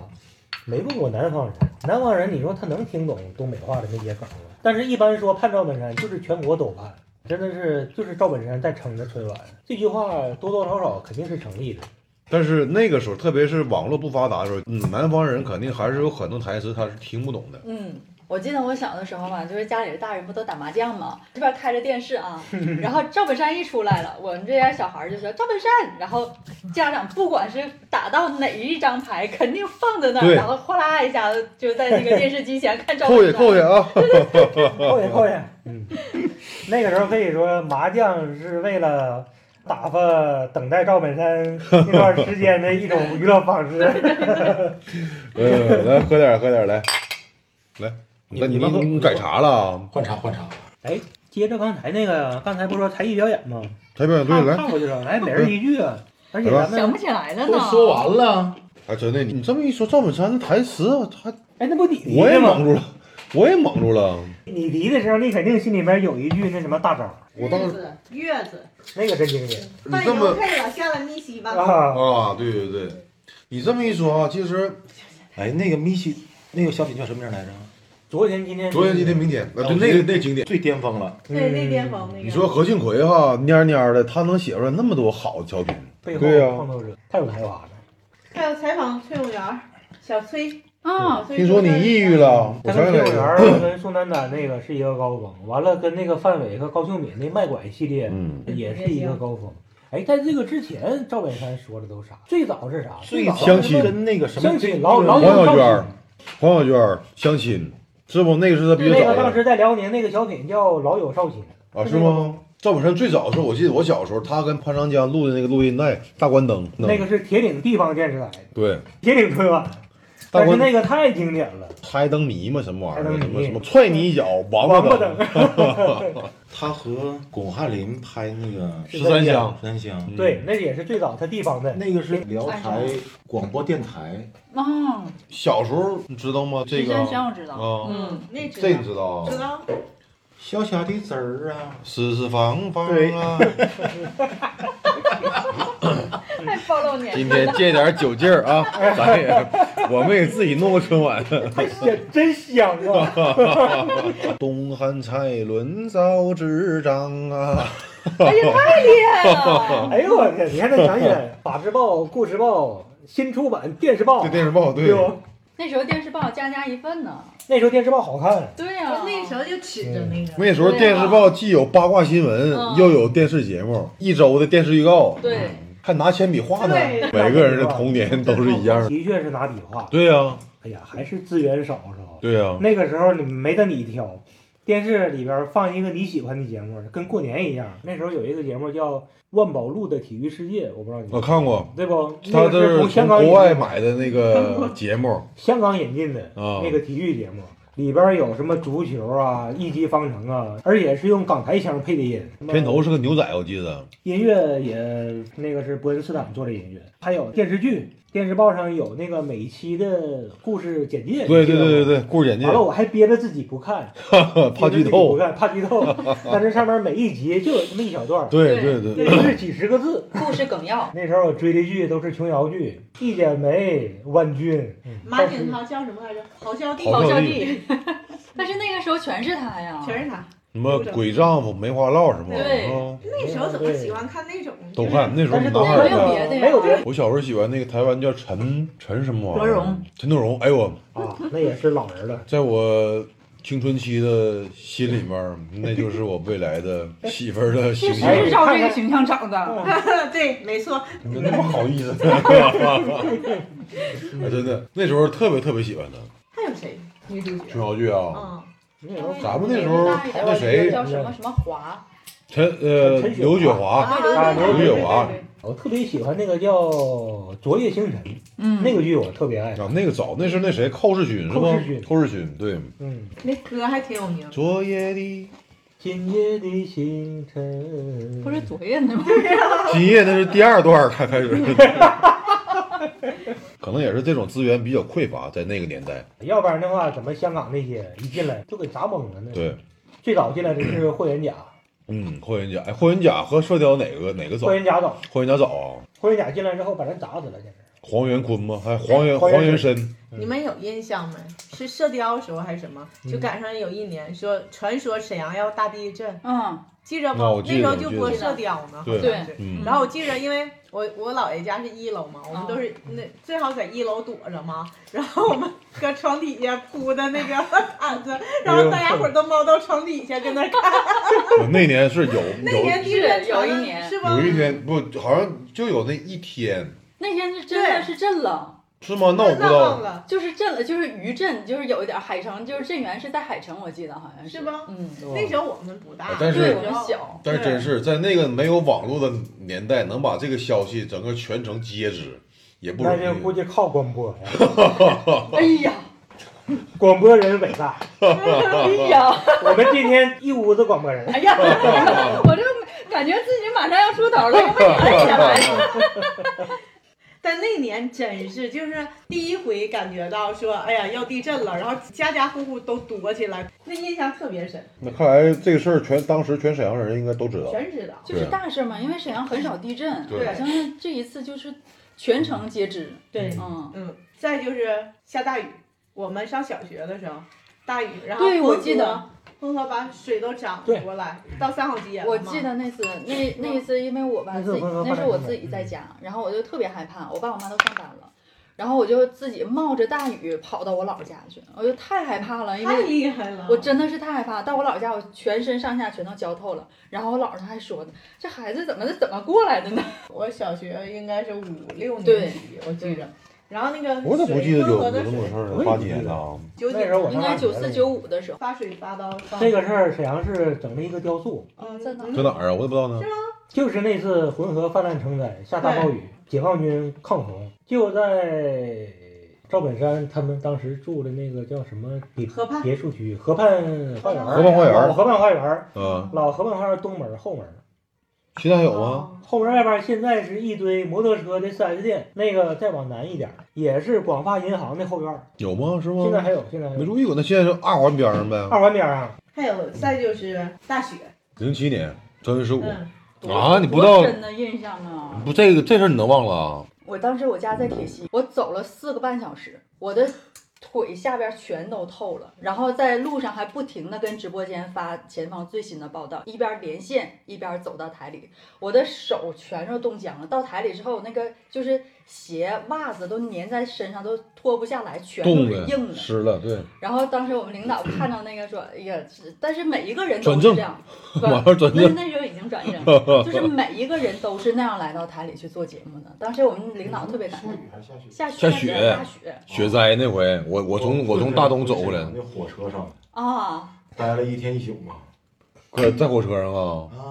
Speaker 3: 没问过南方人，南方人你说他能听懂东北话的那些梗吗？但是，一般说判赵本山就是全国都判，真的是就是赵本山在撑着春晚，这句话多多少少肯定是成立的。
Speaker 4: 但是那个时候，特别是网络不发达的时候，嗯，南方人肯定还是有很多台词他是听不懂的。
Speaker 5: 嗯，我记得我小的时候嘛，就是家里的大人不都打麻将嘛，这边开着电视啊， 然后赵本山一出来了，我们这边小孩儿就说赵本山，然后家长不管是打到哪一张牌，肯定放在那儿，
Speaker 4: 对
Speaker 5: 然后哗啦一下子就在那个电视机前看赵
Speaker 4: 扣
Speaker 5: 本
Speaker 4: 下扣
Speaker 5: 山。
Speaker 4: 下 啊！
Speaker 3: 扣下扣下，嗯，那个时候可以说麻将是为了打发等待赵本山那段时间的一种娱乐方式。
Speaker 4: 嗯，来喝点儿喝点儿来，来，
Speaker 7: 你
Speaker 4: 那你
Speaker 7: 你
Speaker 4: 你你改茶了啊？
Speaker 7: 换茶换茶，
Speaker 3: 接着刚才那个，刚才不是说才艺表演吗？
Speaker 4: 台表演队
Speaker 3: 看
Speaker 4: 来，
Speaker 3: 看过去了，哎，每人一句啊，而且咱
Speaker 5: 想
Speaker 3: 们
Speaker 5: 不起来了
Speaker 9: 都
Speaker 5: 呢。
Speaker 9: 说完了，
Speaker 4: 哎，真的，你这么一说，赵本山的台词啊还
Speaker 3: 哎，那不你提
Speaker 4: 我也
Speaker 3: 的吗
Speaker 4: 蒙？住了， 我也蒙住了。
Speaker 3: 你提的时候，你肯定心里面有一句那什么大招，
Speaker 4: 我当
Speaker 8: 日
Speaker 4: 时
Speaker 8: 子月子，
Speaker 3: 那个真经典
Speaker 4: 你
Speaker 8: 饭
Speaker 4: 这
Speaker 8: 油
Speaker 4: 么
Speaker 8: 配了，下了咪西吧。
Speaker 3: 啊。
Speaker 4: 啊，对对对，你这么一说啊，其实
Speaker 7: 哎，那个咪西，那个小品叫什么名来着？
Speaker 3: 昨天、今天、
Speaker 4: 昨天、今天、明天啊，对
Speaker 7: 嗯
Speaker 4: 那个那经典。
Speaker 7: 最巅峰了，
Speaker 3: 嗯
Speaker 8: 对，那巅峰那个。
Speaker 4: 你说何庆魁哈蔫蔫的，他能写出来那么多好的小品，
Speaker 3: 背
Speaker 4: 对呀
Speaker 3: 后创作者太有才华了。
Speaker 8: 还有采访崔永元儿，小崔，
Speaker 5: 啊、
Speaker 8: 崔
Speaker 4: 听说你抑郁了，
Speaker 3: 他
Speaker 4: 我才
Speaker 3: 跟崔永元
Speaker 4: 来着。
Speaker 3: 儿跟宋丹丹那个是一个高峰，完了跟那个范伟和高秀敏那卖拐系列
Speaker 4: 嗯，
Speaker 3: 也是一个高峰。哎，在这个之前，赵本山说的都啥？最早是啥？
Speaker 7: 最
Speaker 3: 早
Speaker 7: 早
Speaker 4: 相亲
Speaker 7: 跟那个什么
Speaker 3: 相亲老老
Speaker 4: 黄
Speaker 3: 有
Speaker 4: 小
Speaker 3: 照
Speaker 4: 娟
Speaker 3: 片
Speaker 4: 儿。，黄小娟儿相亲，是不？那个是他比较
Speaker 3: 那个
Speaker 4: 早
Speaker 3: 当
Speaker 4: 的
Speaker 3: 时在辽宁那个小品叫《老友少卿》
Speaker 4: 啊，是吗？赵本山最早的时候，我记得我小时候，他跟潘长江录的那个录音带《大关灯》，
Speaker 3: 那个是铁岭地方电视台的
Speaker 4: 对，
Speaker 3: 铁岭春晚，
Speaker 4: 大
Speaker 3: 但是
Speaker 4: 关
Speaker 3: 那个太经典了，
Speaker 4: 猜灯谜嘛，什么玩意
Speaker 3: 猜
Speaker 4: 儿？
Speaker 3: 灯
Speaker 4: 什么
Speaker 3: 谜
Speaker 4: 什么踹你一脚，王
Speaker 3: 王
Speaker 4: 八
Speaker 3: 八
Speaker 4: 灯。
Speaker 3: 灯。
Speaker 7: 他和巩汉林拍那个
Speaker 3: 十三
Speaker 4: 香
Speaker 7: 十三香，
Speaker 4: 嗯
Speaker 3: 对，，那也是最早他地方的。
Speaker 7: 那个是辽台广播电台，
Speaker 5: 哦，
Speaker 4: 小时候你知道吗？这个
Speaker 5: 山山我知道，
Speaker 4: 啊，
Speaker 5: 嗯，
Speaker 8: 嗯，那
Speaker 4: 这
Speaker 8: 知
Speaker 4: 你知道
Speaker 8: 道，知
Speaker 4: 啊？
Speaker 8: 道，
Speaker 7: 小小的籽儿啊，
Speaker 4: 四四方方
Speaker 7: 对
Speaker 4: 啊。
Speaker 5: 太暴 露年
Speaker 4: 今天借点酒劲儿 啊，咱也我们也自己弄个春晚。
Speaker 3: 太香，真香 啊！
Speaker 4: 东汉蔡伦造纸张啊，
Speaker 5: 哎呀，太厉害了！
Speaker 3: 哎呦我天，你看那讲演《法制报》《故事报》新出版《电视报
Speaker 4: 这》，电视报对
Speaker 3: 对不？
Speaker 5: 那时候电视报家家一份呢。
Speaker 3: 那时候电视报好看，啊
Speaker 5: 对呀、
Speaker 8: 就那时候就指着那个，
Speaker 4: 那时候电视报既有八卦新闻，
Speaker 5: 嗯
Speaker 4: 又有电视节目，一周的电视预告，
Speaker 5: 对，
Speaker 4: 还拿铅笔画呢。
Speaker 8: 对
Speaker 4: 每个人的童年都是一样的。
Speaker 3: 的确是拿笔画。
Speaker 4: 对呀、
Speaker 3: 哎呀，还是资源少是吧？
Speaker 4: 对呀、
Speaker 3: 那个时候你没得你挑，电视里边放一个你喜欢的节目，跟过年一样。那时候有一个节目叫《万宝路的体育世界》，我不知道你
Speaker 4: 我看过，
Speaker 3: 对不？那
Speaker 4: 他
Speaker 3: 个
Speaker 4: 这
Speaker 3: 是
Speaker 4: 哦是
Speaker 3: 从
Speaker 4: 从
Speaker 3: 香港
Speaker 4: 国外
Speaker 3: 引进
Speaker 4: 买的那个节目
Speaker 3: 香港引进的
Speaker 4: 啊
Speaker 3: 那，个体育节目，里边有什么足球啊、一级方程啊，而且是用港台腔配的音。
Speaker 4: 片头是个牛仔，我记得。
Speaker 3: 音乐也那个是伯恩斯坦做的音乐，还有电视剧，电视报上有那个每期的故事简介。
Speaker 4: 对
Speaker 3: 你记
Speaker 4: 对
Speaker 3: 得吗
Speaker 4: 对对。对，故事简介
Speaker 3: 完，了，我还憋着自己不看， 憋着
Speaker 4: 怕剧
Speaker 3: 自己不
Speaker 4: 透。
Speaker 3: 看怕剧透。但是上面每一集就有这么一小段 儿，
Speaker 4: 对对对，
Speaker 3: 也就是几十个字。
Speaker 5: 故事梗要。
Speaker 3: 那时候我追的剧都是琼瑶剧，《一剪梅》《万军》嗯，
Speaker 8: 马景涛叫什么来着？咆哮帝，
Speaker 4: 咆哮
Speaker 5: 校
Speaker 4: 帝
Speaker 5: 地， 但是那个时候全是他呀，
Speaker 8: 全是他。
Speaker 4: 什么鬼丈夫、梅花烙什么玩意
Speaker 5: 对
Speaker 4: 儿啊，
Speaker 8: 那时候怎么喜欢看那种？
Speaker 4: 都看。那时候
Speaker 3: 但是
Speaker 4: 你
Speaker 3: 都
Speaker 4: 脑
Speaker 5: 没
Speaker 4: 海
Speaker 5: 有
Speaker 4: 里
Speaker 5: 没有别的呀，
Speaker 3: 没有别的
Speaker 4: 我小时候喜欢那个台湾叫陈陈什么玩意儿？啊
Speaker 5: 德荣，
Speaker 4: 陈德容。哎呦，
Speaker 3: 啊，那也是老人了。
Speaker 4: 在我青春期的心里面儿，那就是我未来的媳妇儿的形
Speaker 3: 哎
Speaker 4: 象。
Speaker 5: 是照这个形象长
Speaker 8: 哦
Speaker 5: 的。
Speaker 8: 对，没错，
Speaker 4: 你怎么那么好 意思？哎，真的，那时候特别特别喜欢他
Speaker 8: 还有谁？女主角
Speaker 4: 琼。瑶剧啊。
Speaker 8: 嗯，
Speaker 3: 那时候
Speaker 4: 咱们那时候那谁
Speaker 5: 叫什么什么华，
Speaker 4: 陈呃
Speaker 3: 陈雪
Speaker 4: 刘雪
Speaker 3: 华
Speaker 4: 华，
Speaker 3: 啊
Speaker 4: 刘
Speaker 3: 刘
Speaker 4: 雪华
Speaker 3: 我特别喜欢那个叫《昨夜星辰》
Speaker 5: 嗯
Speaker 3: 那个剧，我特别爱。
Speaker 4: 啊，那个早，那是那谁寇世勋是
Speaker 3: 寇
Speaker 4: 吗
Speaker 3: 世勋？
Speaker 4: 寇世勋对。
Speaker 3: 嗯，
Speaker 8: 那歌还挺有名。
Speaker 4: 昨夜的
Speaker 3: 今夜的星辰
Speaker 5: 不是昨夜那吗？
Speaker 4: 今夜那是第二段儿开开始， 可能也是这种资源比较匮乏，在那个年代。
Speaker 3: 要不然的话，怎么香港那些一进来就给砸懵了呢？，
Speaker 4: 对，
Speaker 3: 最早进来的是霍元甲，
Speaker 4: 嗯，霍元甲，哎，霍元甲和射雕哪个哪个早
Speaker 3: 霍？元甲早，
Speaker 4: 霍元甲早啊，
Speaker 3: 霍元甲进来之后把人砸死了，简直。
Speaker 4: 黄元坤吗？还黄元
Speaker 9: 黄
Speaker 4: 黄
Speaker 9: 元
Speaker 4: 元申，
Speaker 8: 你们有印象没？是射雕时候还是什么？
Speaker 4: 嗯
Speaker 8: 就赶上有一年说，传说沈阳要大地震，
Speaker 5: 嗯，
Speaker 8: 记着不
Speaker 4: 啊我？记得
Speaker 8: 那时候
Speaker 4: 我
Speaker 8: 就
Speaker 4: 记
Speaker 8: 播
Speaker 5: 得
Speaker 8: 射雕呢。
Speaker 4: 对
Speaker 8: 好像是
Speaker 4: 嗯
Speaker 8: 然后我记着，因为我我姥爷家是一楼嘛，我们都是那最好在一楼躲着嘛。然后我们搁床底下铺的那个毯子， 然后
Speaker 4: 哎
Speaker 8: 大家伙儿都猫到床底下跟那儿看。
Speaker 4: 我那年是有
Speaker 8: 那年
Speaker 4: 有
Speaker 8: 地震
Speaker 5: 有
Speaker 8: 传
Speaker 5: 一
Speaker 8: 了
Speaker 5: 年
Speaker 8: 是吧？
Speaker 4: 有一天不，好像就有那一天
Speaker 5: 那天是真的是震了，
Speaker 4: 是吗？那我不知
Speaker 8: 忘
Speaker 4: 道，
Speaker 8: 了。
Speaker 5: 就是震了，就是余震，就是有一点儿海城，就是震源是在海城，我记得好像是
Speaker 8: 是吧
Speaker 5: 嗯，
Speaker 8: 那时候我们不大，
Speaker 4: 但是
Speaker 5: 对，我们小，
Speaker 4: 但是真是在那个没有网络的年代，能把这个消息整个全城皆知，也不
Speaker 3: 那就
Speaker 4: 容
Speaker 3: 估
Speaker 4: 易。
Speaker 3: 计靠广播呀，
Speaker 5: 哎呀，
Speaker 3: 广播人伟大。
Speaker 5: 哎呀，
Speaker 3: 我们今天一屋子广播人，
Speaker 5: 哎呀，我这感觉自己马上要出头了，要被你摁下来了。
Speaker 8: 但那年真是就是第一回感觉到说，哎呀要地震了，然后家家户户都躲起来，那印象特别深，
Speaker 4: 那看来这个事儿全当时全沈阳人应该都知道。
Speaker 8: 全知道。
Speaker 5: 就是大事嘛，因为沈阳很少地震，
Speaker 4: 对
Speaker 5: 好像这一次就是全城皆知。
Speaker 8: 对，
Speaker 5: 嗯，
Speaker 8: 嗯，再就是下大雨，我们上小学的时候，大雨，然后
Speaker 5: 对我
Speaker 8: 滂沱
Speaker 5: 记得，
Speaker 8: 滂沱把水都涨
Speaker 3: 对
Speaker 8: 过来，到三好街了嘛
Speaker 5: 我记得那次，那那一次，因为我吧
Speaker 3: 那
Speaker 5: 自
Speaker 3: 次
Speaker 5: 己
Speaker 3: 我刚刚
Speaker 5: 那是
Speaker 3: 发嗯
Speaker 5: 我
Speaker 3: 现
Speaker 5: 自己在家，然后我就特别害怕，我爸我妈都上班了。然后我就自己冒着大雨跑到我姥姥家去，我就太害怕了，因
Speaker 8: 太
Speaker 5: 为
Speaker 8: 厉害了，
Speaker 5: 我真的是太害怕。到我姥姥家，我全身上下全都浇透了。然后我姥姥她还说呢，这孩子怎么怎么过来的呢？
Speaker 8: 我小学应该是五六
Speaker 5: 对
Speaker 8: 年级，我记着。然后那个
Speaker 4: 我咋不记得有有
Speaker 8: 的
Speaker 4: 这么个事儿呢？八几年的啊，
Speaker 8: 九
Speaker 3: 那时候我
Speaker 8: 几
Speaker 5: 应
Speaker 3: 上大
Speaker 5: 该
Speaker 3: 学
Speaker 5: 九
Speaker 3: 了
Speaker 5: 四九五的时候。
Speaker 8: 发水发到
Speaker 3: 这个事，儿，沈阳市整了一个雕塑，
Speaker 8: 嗯，
Speaker 5: 在哪
Speaker 4: 搁哪儿啊？我也不知道呢。
Speaker 3: 就是那次浑河泛滥成灾，下大暴雨，解放军抗洪，就在赵本山他们当时住的那个叫什么别
Speaker 8: 河畔
Speaker 3: 别墅区，河畔花园，
Speaker 4: 河畔花园
Speaker 3: 老河畔花园，
Speaker 4: 嗯，
Speaker 3: 老河畔花园东门后门。
Speaker 4: 现在还有吗？
Speaker 8: 哦
Speaker 3: 后门外边现在是一堆摩托车的 4S 店，那个再往南一点儿也是广发银行的后院儿，
Speaker 4: 有吗？是
Speaker 3: 现在
Speaker 4: 吗？
Speaker 3: 还有，现在还
Speaker 4: 没
Speaker 3: 有。
Speaker 4: 注意过，那现在就二环边上呗。
Speaker 3: 二环边儿啊上，
Speaker 8: 还有再就是大雪，
Speaker 4: 零七年三月十五
Speaker 8: 嗯，
Speaker 4: 啊，你不
Speaker 5: 多
Speaker 4: 知道
Speaker 5: 深的印象啊！
Speaker 3: 嗯
Speaker 4: 不这个这事儿你能忘了啊？
Speaker 5: 我当时我家在铁西，我走了四个半小时，我的腿下边全都透了，然后在路上还不停的跟直播间发前方最新的报道，一边连线一边走到台里，我的手全是冻僵了。到台里之后，那个就是鞋袜子都粘在身上，都脱不下来，全都
Speaker 4: 冻
Speaker 5: 是硬
Speaker 4: 的、湿了，对，
Speaker 5: 然后当时我们领导看到那个说，哎呀，是但是每一个人
Speaker 4: 转
Speaker 5: 都
Speaker 4: 正
Speaker 5: 是 这样，不
Speaker 4: 马上转
Speaker 5: 那
Speaker 4: 正。
Speaker 5: 那时候已经转正了，就是每一个人都是那样来到台里去做节目的。当时我们领导特别
Speaker 7: 嗯
Speaker 5: 感
Speaker 9: 下
Speaker 5: 动，
Speaker 9: 雨还下雪？
Speaker 5: 下
Speaker 4: 下雪
Speaker 5: 雪大雪
Speaker 4: 雪灾那回，我我
Speaker 3: 哦
Speaker 4: 从我从大东走回来，
Speaker 9: 那火车上
Speaker 5: 啊，
Speaker 9: 待了一天一宿嘛。
Speaker 4: 搁在火车上啊，
Speaker 9: 啊，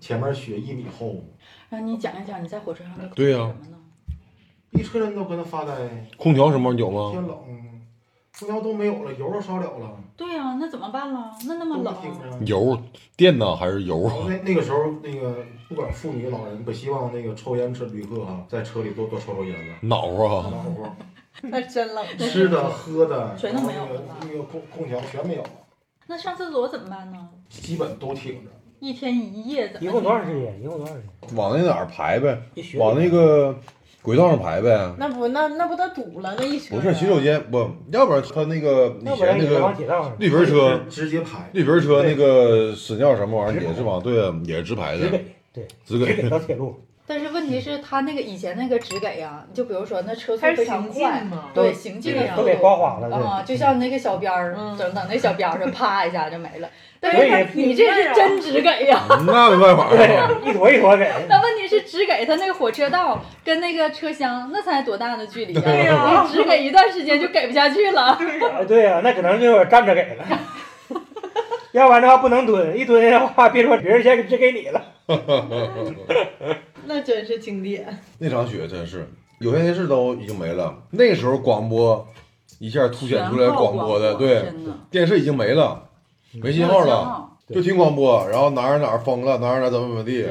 Speaker 9: 前面雪一米厚，
Speaker 5: 让你讲一讲你在火车上都
Speaker 4: 对呀
Speaker 5: 干什么呢？
Speaker 9: 一车人都搁那发呆，
Speaker 4: 空调什么有吗？
Speaker 9: 天冷，空调都没有了，油都烧了了，
Speaker 5: 对呀、那怎么办了？那那
Speaker 9: 都
Speaker 5: 么
Speaker 9: 不
Speaker 5: 冷
Speaker 9: 听
Speaker 5: 啊，
Speaker 9: 着。
Speaker 4: 油电呢还是油
Speaker 9: 然？后那那个时候，那个不管妇女老人，都希望那个抽烟车旅客哈、在车里多多抽抽烟了。
Speaker 4: 暖和
Speaker 9: 然
Speaker 4: 啊！
Speaker 9: 后
Speaker 8: 那 真冷。
Speaker 9: 吃的喝的
Speaker 5: 全都没有
Speaker 9: 然后
Speaker 5: 了
Speaker 9: 那个那个空空调全没有，
Speaker 5: 那上厕所怎么办呢？
Speaker 9: 基本都挺着。
Speaker 5: 一天一夜怎么？
Speaker 3: 一共多长时间？一共多长时间？
Speaker 4: 往那哪儿排呗，
Speaker 3: 一学
Speaker 4: 往那个轨道上排呗。
Speaker 8: 那不那那不都堵了那一啊车
Speaker 4: 不
Speaker 8: 人？
Speaker 4: 是洗手间不，要不然他那个
Speaker 3: 那
Speaker 4: 以
Speaker 3: 不然
Speaker 4: 前
Speaker 3: 你
Speaker 4: 那
Speaker 3: 得往
Speaker 4: 个
Speaker 3: 铁道上
Speaker 4: 绿皮车，
Speaker 9: 直接排，
Speaker 4: 绿皮车那个屎尿什么玩意儿也是往对啊，也是直排
Speaker 3: 直
Speaker 4: 的，
Speaker 3: 给，对，
Speaker 4: 直
Speaker 3: 直给
Speaker 4: 给。
Speaker 3: 到铁路，
Speaker 5: 但是问题是，他那个以前那个只给呀、你就比如说那车速
Speaker 8: 它是
Speaker 5: 非常
Speaker 8: 行进
Speaker 5: 快，
Speaker 8: 嘛？
Speaker 5: 对行进的
Speaker 3: 都
Speaker 5: 速
Speaker 3: 给
Speaker 5: 度。
Speaker 3: 刮花了，对。
Speaker 5: 啊，就像那个小鞭儿，
Speaker 8: 嗯
Speaker 5: 整等那小鞭儿是啪一下就没了。但
Speaker 3: 所以
Speaker 5: 是你这是真只给呀、
Speaker 4: 那没办法
Speaker 3: 对
Speaker 4: 啊，，
Speaker 3: 一坨一坨给。
Speaker 5: 那问题是只给他那个火车道跟那个车厢，那才多大的距离呀、啊
Speaker 8: 对呀
Speaker 5: 只给一段时间就给不下 去了。
Speaker 3: 啊对呀、那只能就是站着给了， 要不然的话不能蹲，一蹲的话，别说别人先只给你了。
Speaker 8: 那真是经典。
Speaker 4: 那场雪真是有线电视都已经没了，那时候广播一下凸显出来广播的，对，
Speaker 5: 真的
Speaker 4: 电视已经没了，没信号了，，就听广播，然后哪儿哪儿封了，哪儿哪儿怎么怎么地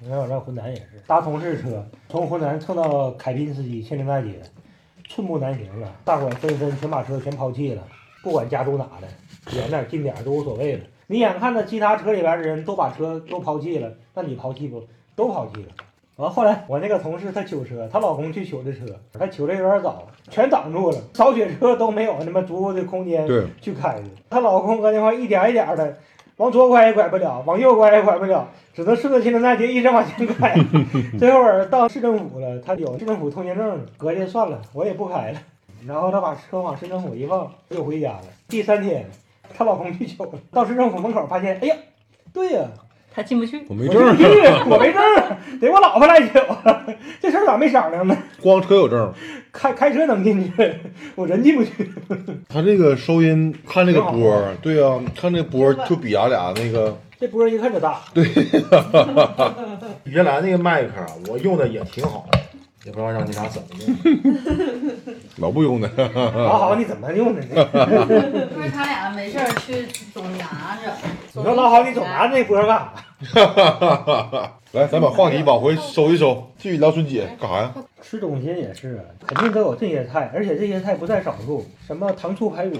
Speaker 5: 没有。信
Speaker 3: 你看
Speaker 5: 号
Speaker 3: 我在浑南也是，搭同事车从浑南蹭到凯宾斯基千里大街，寸步难行了。大伙纷纷全把车全抛弃了，不管家住哪的，远点儿近点儿都无所谓了。你眼看着其他车里边的人都把车都抛弃了，那你抛弃不？都抛弃了。完后来我那个同事她取车，她老公去取的车，她取的有点早，全挡住了，扫雪车都没有那么足够的空间
Speaker 4: 对，
Speaker 3: 去开去。她老公搁那块儿一点一点的，往左拐也拐不了，往右拐也拐不了，只能顺着秦岭大街一直往前拐。最后儿到市政府了，他有市政府通行证，合计算了，我也不开了。然后他把车往市政府一放，又回家了。第三天，她老公去取了，到市政府门口发现，哎呀，对呀、
Speaker 5: 他进不去，
Speaker 4: 我没
Speaker 3: 我
Speaker 4: 证儿，
Speaker 3: 没证儿，我没证儿，得我老婆来取。这事儿咋没商量呢？
Speaker 4: 光车有证儿。
Speaker 3: 开开车能进去，我人进不去。
Speaker 4: 他这个收音看这个波儿，对呀、看这波儿就比俺俩那个
Speaker 3: 这波儿一看就大，
Speaker 9: 原来那个麦克啊，我用的也挺好，也不知道让你俩怎么用。
Speaker 4: 老不用的。
Speaker 3: 老好你怎么用的
Speaker 4: 嗯
Speaker 3: 呢？
Speaker 5: 不是他俩没事儿去总拿着。
Speaker 3: 你说老好你总拿那波儿干啥？
Speaker 4: 来，咱把话题往回收一收，继续聊春节干啥呀？
Speaker 3: 吃东西也是，啊肯定都有这些菜，而且这些菜不在少数，什么糖醋排骨，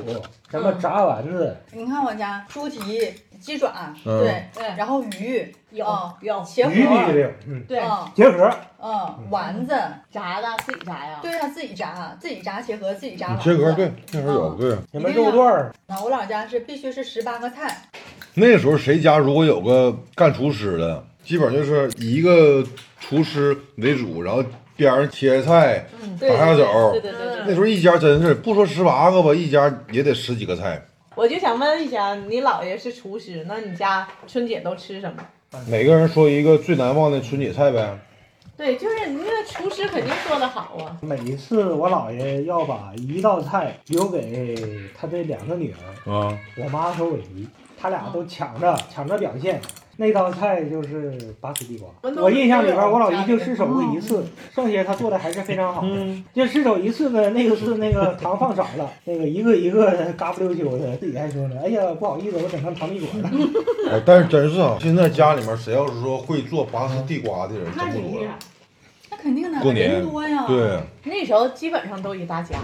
Speaker 3: 什么炸丸子，
Speaker 5: 你看我家猪蹄、鸡爪，
Speaker 4: 嗯
Speaker 5: 对，
Speaker 8: 对，
Speaker 5: 然后鱼
Speaker 8: 有
Speaker 5: 啊，
Speaker 8: 有，
Speaker 5: 茄
Speaker 3: 鱼必须得
Speaker 5: 盒，
Speaker 3: 有，嗯，
Speaker 8: 对，
Speaker 5: 嗯
Speaker 3: 结合
Speaker 5: 嗯，丸子，
Speaker 8: 炸的自己炸呀，
Speaker 5: 对呀，自己炸，自己炸茄盒，自己炸丸子。
Speaker 4: 切嗯盒对，那时候有
Speaker 5: 嗯
Speaker 4: 对。啊
Speaker 3: 什么肉段儿，
Speaker 5: 啊，我姥家是必须是十八个菜，
Speaker 4: 那时候谁家如果有个干厨师的，基本就是以一个厨师为主，然后边上切菜。
Speaker 5: 对
Speaker 4: 打下
Speaker 5: 对
Speaker 4: 手
Speaker 5: 对对对
Speaker 4: 那
Speaker 5: 对，
Speaker 4: 时候一家真是不说十八个吧，一家也得十几个菜。
Speaker 8: 我就想问一下，你姥爷是厨师，那你家春节都吃什么？
Speaker 4: 每个人说一个最难忘的春节菜呗。
Speaker 8: 对，就是你那个厨师肯定做的好啊。
Speaker 3: 每一次我姥爷要把一道菜留给他的两个女儿，
Speaker 4: 啊，
Speaker 3: 我妈和我姨，他俩都抢着抢着表现。那道菜就是拔丝地瓜，我印象里边，我老姨就失手过一次，剩下她做的还是非常好的。
Speaker 4: 嗯，
Speaker 3: 就失手一次呢，那个是那个糖放少了，那个一个一个的嘎不溜秋的，自己还说呢，哎呀，不好意思，我整成糖蜜果了。
Speaker 4: 哎，但是真是啊，现在家里面谁要是说会做拔丝地瓜的人
Speaker 8: 那
Speaker 4: 真不
Speaker 8: 挺
Speaker 4: 多
Speaker 8: 厉
Speaker 4: 了
Speaker 8: 害。。
Speaker 5: 那肯定的，啊
Speaker 4: 过年
Speaker 5: 人多呀。，
Speaker 4: 对，
Speaker 8: 那时候基本上都一大家。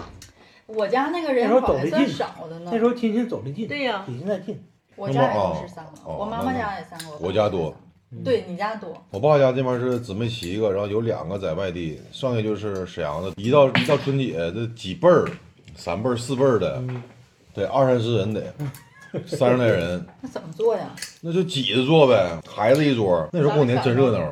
Speaker 5: 我家那个
Speaker 3: 那
Speaker 5: 人
Speaker 3: 时候
Speaker 5: 口
Speaker 3: 走
Speaker 5: 还
Speaker 3: 得
Speaker 5: 算
Speaker 3: 近
Speaker 5: 少的呢
Speaker 3: 那时。候亲戚走得近，
Speaker 8: 对呀、
Speaker 3: 比现在近。
Speaker 5: 我家也
Speaker 4: 那么
Speaker 5: 都是三个，
Speaker 4: 哦
Speaker 5: 我妈妈家也三个，
Speaker 4: 我家多。
Speaker 5: 对你家多，
Speaker 4: 我爸家这边是姊妹七个，然后有两个在外地，剩下就是沈阳的。一到一到春节，这几辈儿，三辈儿、四辈儿的，得二三十人得，三十来人，
Speaker 5: 那怎么做呀？
Speaker 4: 那就挤着坐呗，孩子一桌。那时候过年真热闹，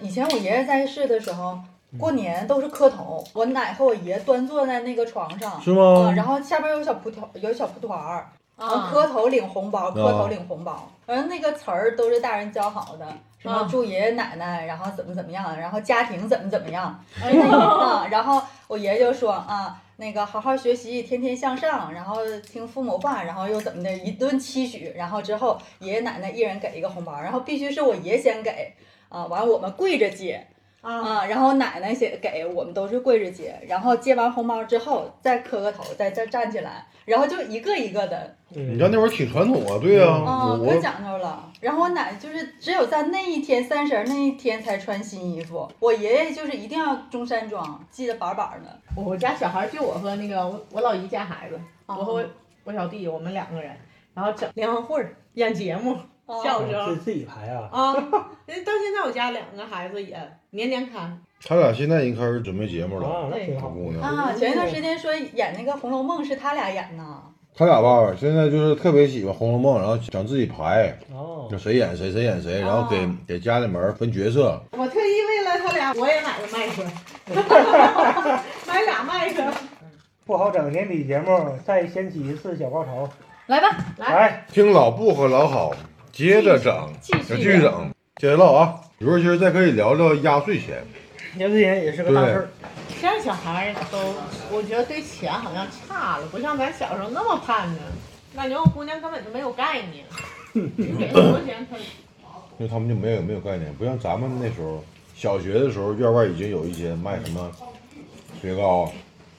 Speaker 5: 以前我爷爷在世的时候，
Speaker 3: 嗯
Speaker 5: 过年都是磕头，我奶和我爷端坐在那个床上，
Speaker 4: 是吗
Speaker 3: 哦
Speaker 5: 啊，？然后下边有小蒲团，有小蒲团儿，然后
Speaker 8: 啊，
Speaker 5: 磕头领红包，磕头领红包，然后那个词儿都是大人教好的，什么
Speaker 8: 啊
Speaker 5: 祝爷爷奶奶，然后怎么怎么样，然后家庭怎么怎么样，
Speaker 8: 哎
Speaker 5: 那个
Speaker 8: 呦，
Speaker 5: 啊，然后我爷就说啊，那个好好学习，天天向上，然后听父母话，然后又怎么的，一顿期许，然后之后爷爷奶奶一人给一个红包，然后必须是我爷先给。啊，完了我们跪着接
Speaker 8: 啊，
Speaker 5: 啊，然后奶奶先给我们都是跪着接，然后接完红包之后再磕个头，再再站起来，然后就一个一个的
Speaker 4: 你
Speaker 3: 你
Speaker 4: 家那会儿挺传统啊，对呀、
Speaker 5: 啊，
Speaker 4: 我
Speaker 5: 可讲究了。然后我奶就是只有在那一天三十儿那一天才穿新衣服，我爷爷就是一定要中山装，系得板板儿的。
Speaker 8: 我家小孩就我和那个我我老姨家孩子，我
Speaker 5: 哦
Speaker 8: 和我我小弟，我们两个人，然后整联欢会儿演节目，
Speaker 5: 哦
Speaker 8: 笑
Speaker 3: 自
Speaker 8: 声
Speaker 3: 自己排啊，
Speaker 8: 啊。人 到现在我家两个孩子也年年看，
Speaker 4: 他俩现在已经开始准备节目了。
Speaker 3: 啊，那挺
Speaker 4: 小
Speaker 3: 好。
Speaker 4: 姑娘，
Speaker 5: 啊，前一段时间说演那个《红楼梦》是他俩演呢，
Speaker 4: 他俩吧，现在就是特别喜欢《红楼梦》，然后想自己排，
Speaker 3: 哦
Speaker 4: 就，谁演谁，谁演谁，然后给
Speaker 5: 哦
Speaker 4: 给家里面分角色。
Speaker 8: 我特意为了他俩，我也买个麦 克，买俩麦 克。
Speaker 3: 不好整年底节目，再掀起一次小高潮。
Speaker 5: 来吧，
Speaker 3: 来，
Speaker 4: 听老布和老好，接着整，
Speaker 8: 继续
Speaker 4: 继续整，接着唠啊。刘若儿再可以聊聊压岁钱，
Speaker 3: 年之前也是个大事儿。
Speaker 8: 现在小孩儿都，我觉得对钱好像差了，不像咱小时候那么盼着。感觉我姑娘根本就没有概 念，你给她多少钱她
Speaker 4: 因为他们就没有没有概念，不像咱们那时候小学的时候，院外已经有一些卖什么雪糕、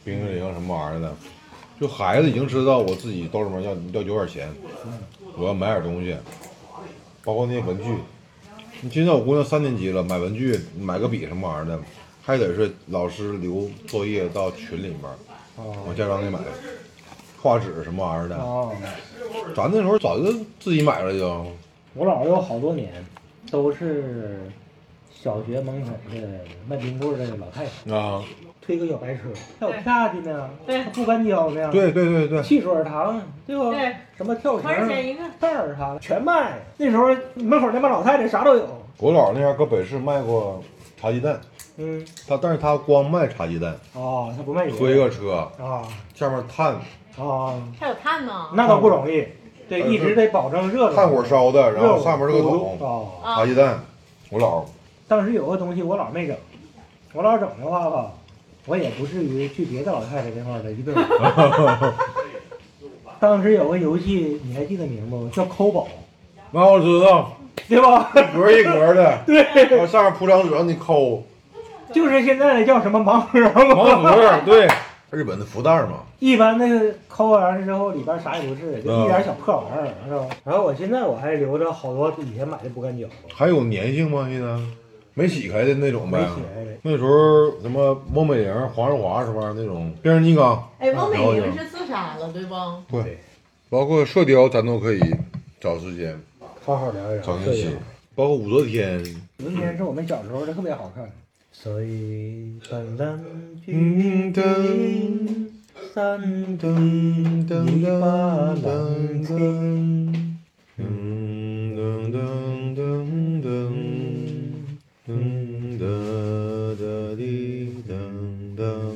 Speaker 4: 冰淇淋什么玩意儿的，就孩子已经知道我自己兜里面要要有点钱，我要买点东西，包括那些文具。你现在我姑娘三年级了，买文具、买个笔什么玩意儿的，还得是老师留作业到群里面，我家长给买，画纸什么玩意儿的，
Speaker 3: 哦，
Speaker 4: 咱那时候早就自己买了就。
Speaker 3: 我姥姥有好多年都是小学门口的卖冰棍儿的老太太，
Speaker 4: 啊，
Speaker 3: 推个小白车，还有啪的呢，还不干胶呢，，
Speaker 4: 对对对对，
Speaker 3: 汽水儿糖，对吧？
Speaker 8: 对，
Speaker 3: 什么跳绳
Speaker 8: 五十
Speaker 3: 儿、
Speaker 8: 钱一个，
Speaker 3: 袋儿啥的全卖。那时候门口那帮老太太啥都有，
Speaker 4: 我姥那边搁北市卖过茶鸡蛋，
Speaker 3: 嗯，
Speaker 4: 他但是他光卖茶鸡蛋，
Speaker 3: 哦，他不卖
Speaker 4: 推
Speaker 3: 油，
Speaker 4: 个车，
Speaker 3: 啊
Speaker 4: 下面炭
Speaker 3: 啊，
Speaker 8: 还有碳呢。
Speaker 3: 那倒不容易，对，
Speaker 4: 呃
Speaker 3: 一直得保证热度，
Speaker 4: 炭火烧的，然后上面这个
Speaker 3: 桶
Speaker 4: 桶
Speaker 3: 啊。
Speaker 8: 啊
Speaker 4: 茶鸡蛋，我姥
Speaker 3: 当时有个东西我老没整，我老整的话吧，我也不至于去别的老太太那块儿的 一顿玩。当时有个游戏，你还记得名不？叫抠宝，
Speaker 4: 那我知道，
Speaker 3: 对吧？
Speaker 4: 一格一格的，
Speaker 3: 对，
Speaker 4: 然后上面铺张纸让你抠，
Speaker 3: 就是现在的叫什么盲盒。
Speaker 4: 盲盒，对，日本的福袋嘛，
Speaker 3: 一般那个抠完之后里边啥也不是，就一点小破玩意儿，是吧？然后我现在我还留着好多以前买的不干胶，
Speaker 4: 还有粘性吗？现在没洗开的那种
Speaker 3: 没
Speaker 4: 呗。
Speaker 3: 起来的。
Speaker 4: 那时候什么翁美玲、黄日华什么玩意儿那种变形金刚，
Speaker 8: 哎，翁美
Speaker 4: 然后
Speaker 8: 玲
Speaker 4: 就是
Speaker 8: 自杀了，对不？
Speaker 4: 对，包括射雕，咱都可以找时间
Speaker 3: 好好聊一聊。
Speaker 4: 找
Speaker 3: 对
Speaker 4: 一起。包括武则天，
Speaker 3: 昨天是我们小时候的，特别好看。所以本蓝
Speaker 4: 嗯
Speaker 3: 军
Speaker 4: 噔
Speaker 3: 三
Speaker 4: 噔
Speaker 3: 噔噔噔
Speaker 4: 噔，嗯噔噔噔噔，噔哒哒滴噔噔，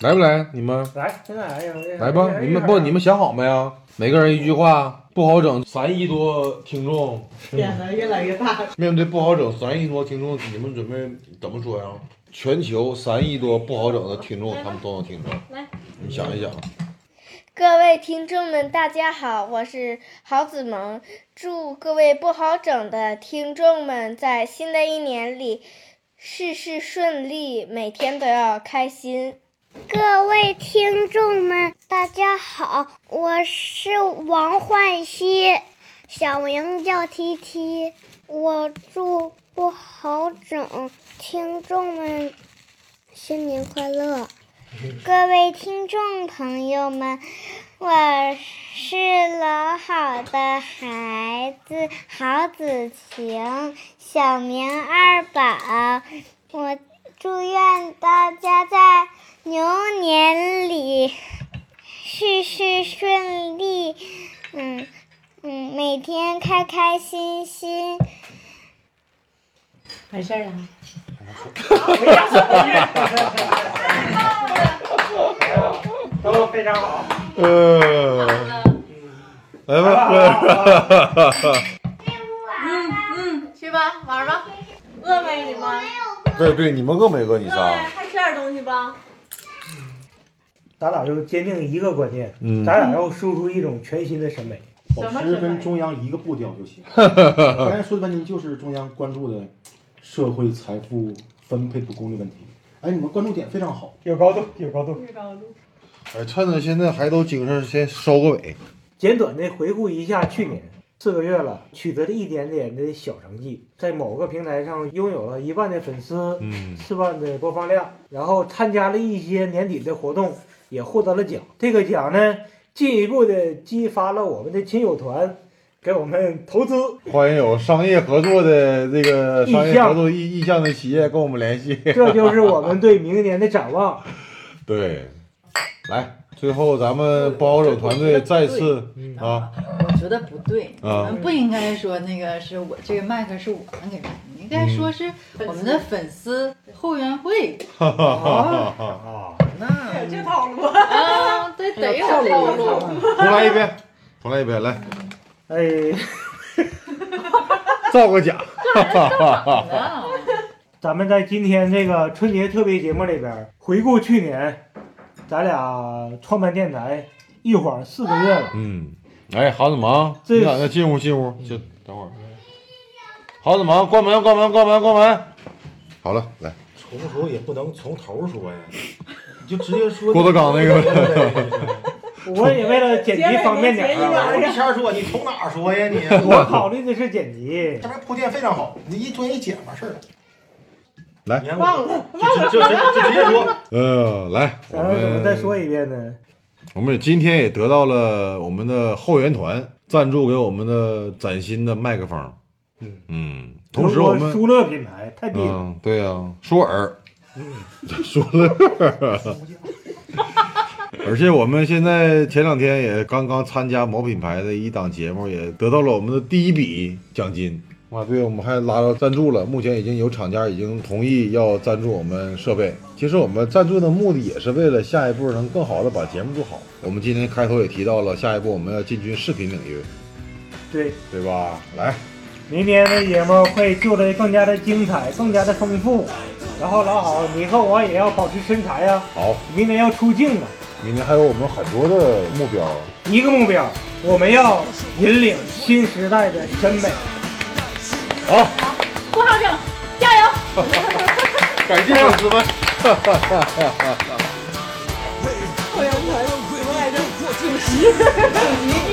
Speaker 4: 来不来你们？
Speaker 3: 来，现在来呀，
Speaker 4: 来吧，你们不，你们想好没呀？每个人一句话，不好整。三亿多听众，
Speaker 8: 变得越来越大。
Speaker 4: 面对不好整三亿多听众，你们准备怎么说呀？全球三亿多不好整的听众，他们都能听着。
Speaker 8: 来，
Speaker 4: 你想一想，
Speaker 1: 各位听众们，大家好，我是郝子萌，祝各位不好整的听众们在新的一年里事事顺利，每天都要开心。
Speaker 2: 各位听众们，大家好，我是王焕熙，小名叫 T T。我祝不好整听众们新年快乐！各位听众朋友们，我是老好的孩子郝子晴，小名二宝。我祝愿大家在牛年里事事顺利，嗯嗯，每天开开心心。
Speaker 8: 完事儿了。
Speaker 3: 都非常好。
Speaker 4: 呃，来吧，
Speaker 2: 嗯
Speaker 8: 嗯，去吧，玩吧。饿没你们？
Speaker 4: 对对，你们饿没饿？你
Speaker 8: 饿没？
Speaker 4: 仨，
Speaker 8: 还吃点东西吧。
Speaker 3: 咱俩就坚定一个观念，
Speaker 4: 嗯
Speaker 3: 咱俩要输出一种全新的审美。
Speaker 9: 保
Speaker 8: 什么
Speaker 9: 持
Speaker 8: 审
Speaker 9: 跟
Speaker 8: 美
Speaker 9: 中央一个步调就 行。刚才说的半天就是中央关注的社会财富分配不公的问题。哎，你们关注点非常好。
Speaker 3: 有高度，有高度。
Speaker 4: 哎，趁着现在还都精神，先收个尾。
Speaker 3: 简短的回顾一下去年四个月了，取得了一点点的小成绩，在某个平台上拥有了一万的粉丝，
Speaker 4: 嗯，
Speaker 3: 四万的播放量，然后参加了一些年底的活动，也获得了奖。这个奖呢，进一步的激发了我们的亲友团给我们投资，
Speaker 4: 欢迎有商业合作的这个商业合作意意向的企业跟我们联系。
Speaker 3: 这就是我们对明年的展望。
Speaker 4: 对，来，最后咱们不好整团队再次
Speaker 3: 嗯
Speaker 4: 啊，
Speaker 5: 我觉得不对，我
Speaker 4: 啊
Speaker 5: 们不应该说那个是我这个麦克是我们给卖的，应该说是我们的粉丝后援 会
Speaker 4: 哈哈哈哈！
Speaker 3: 啊，
Speaker 8: 有这
Speaker 3: 那
Speaker 8: 套路。
Speaker 5: 啊，对，得 有套路。
Speaker 4: 重来一遍，重来一遍，来
Speaker 3: 哎，
Speaker 4: 造个假，哈哈哈哈！
Speaker 5: 啊
Speaker 3: 咱们在今天这个春节特别节目里边回顾去年，咱俩创办电台一晃四个月了，
Speaker 4: 嗯，哎，郝子萌，
Speaker 3: 这
Speaker 4: 你咋的？进屋，进屋，就等会儿。郝子萌，关门，关门，关门，关门。好了，来，
Speaker 9: 重说也不能从头说呀，你就直接说。
Speaker 4: 郭德纲那个
Speaker 9: 个。
Speaker 3: 我也为了剪辑方便点
Speaker 8: 结尾
Speaker 3: 儿
Speaker 8: 没
Speaker 3: 啊，
Speaker 8: 结
Speaker 9: 没瞎说，你从哪儿说 呀你？
Speaker 3: 我考虑的是剪辑
Speaker 9: 这。边铺垫非常好，你一专一讲完事儿了。
Speaker 4: 来
Speaker 9: 你看我
Speaker 8: 忘了，
Speaker 9: 就就就就直接说。
Speaker 4: 呃，来，我
Speaker 3: 然后怎么
Speaker 4: 们
Speaker 3: 再说一遍呢？
Speaker 4: 我们今天也得到了我们的后援团赞助给我们的崭新的麦克风，
Speaker 3: 嗯
Speaker 4: 嗯，同时我们
Speaker 3: 舒乐品牌太低了，
Speaker 4: 嗯，对呀、舒尔，舒乐， 而且我们现在前两天也刚刚参加某品牌的一档节目，也得到了我们的第一笔奖金。啊，对，我们还拉到赞助了，目前已经有厂家已经同意要赞助我们设备。其实我们赞助的目的也是为了下一步能更好的把节目做好。我们今天开头也提到了，下一步我们要进军视频领域，
Speaker 3: 对。
Speaker 4: 对吧？来，
Speaker 3: 明天的节目会做得更加的精彩，更加的丰富。然后老好，你和我也要保持身材啊！
Speaker 4: 好，
Speaker 3: 明年要出镜了，
Speaker 4: 明天还有我们很多的目标。
Speaker 3: 一个目标，我们要引领新时代的审美。
Speaker 4: 好，
Speaker 5: 顾校长加油！
Speaker 4: 感谢粉丝们。
Speaker 5: 我要我来着，主席，主席。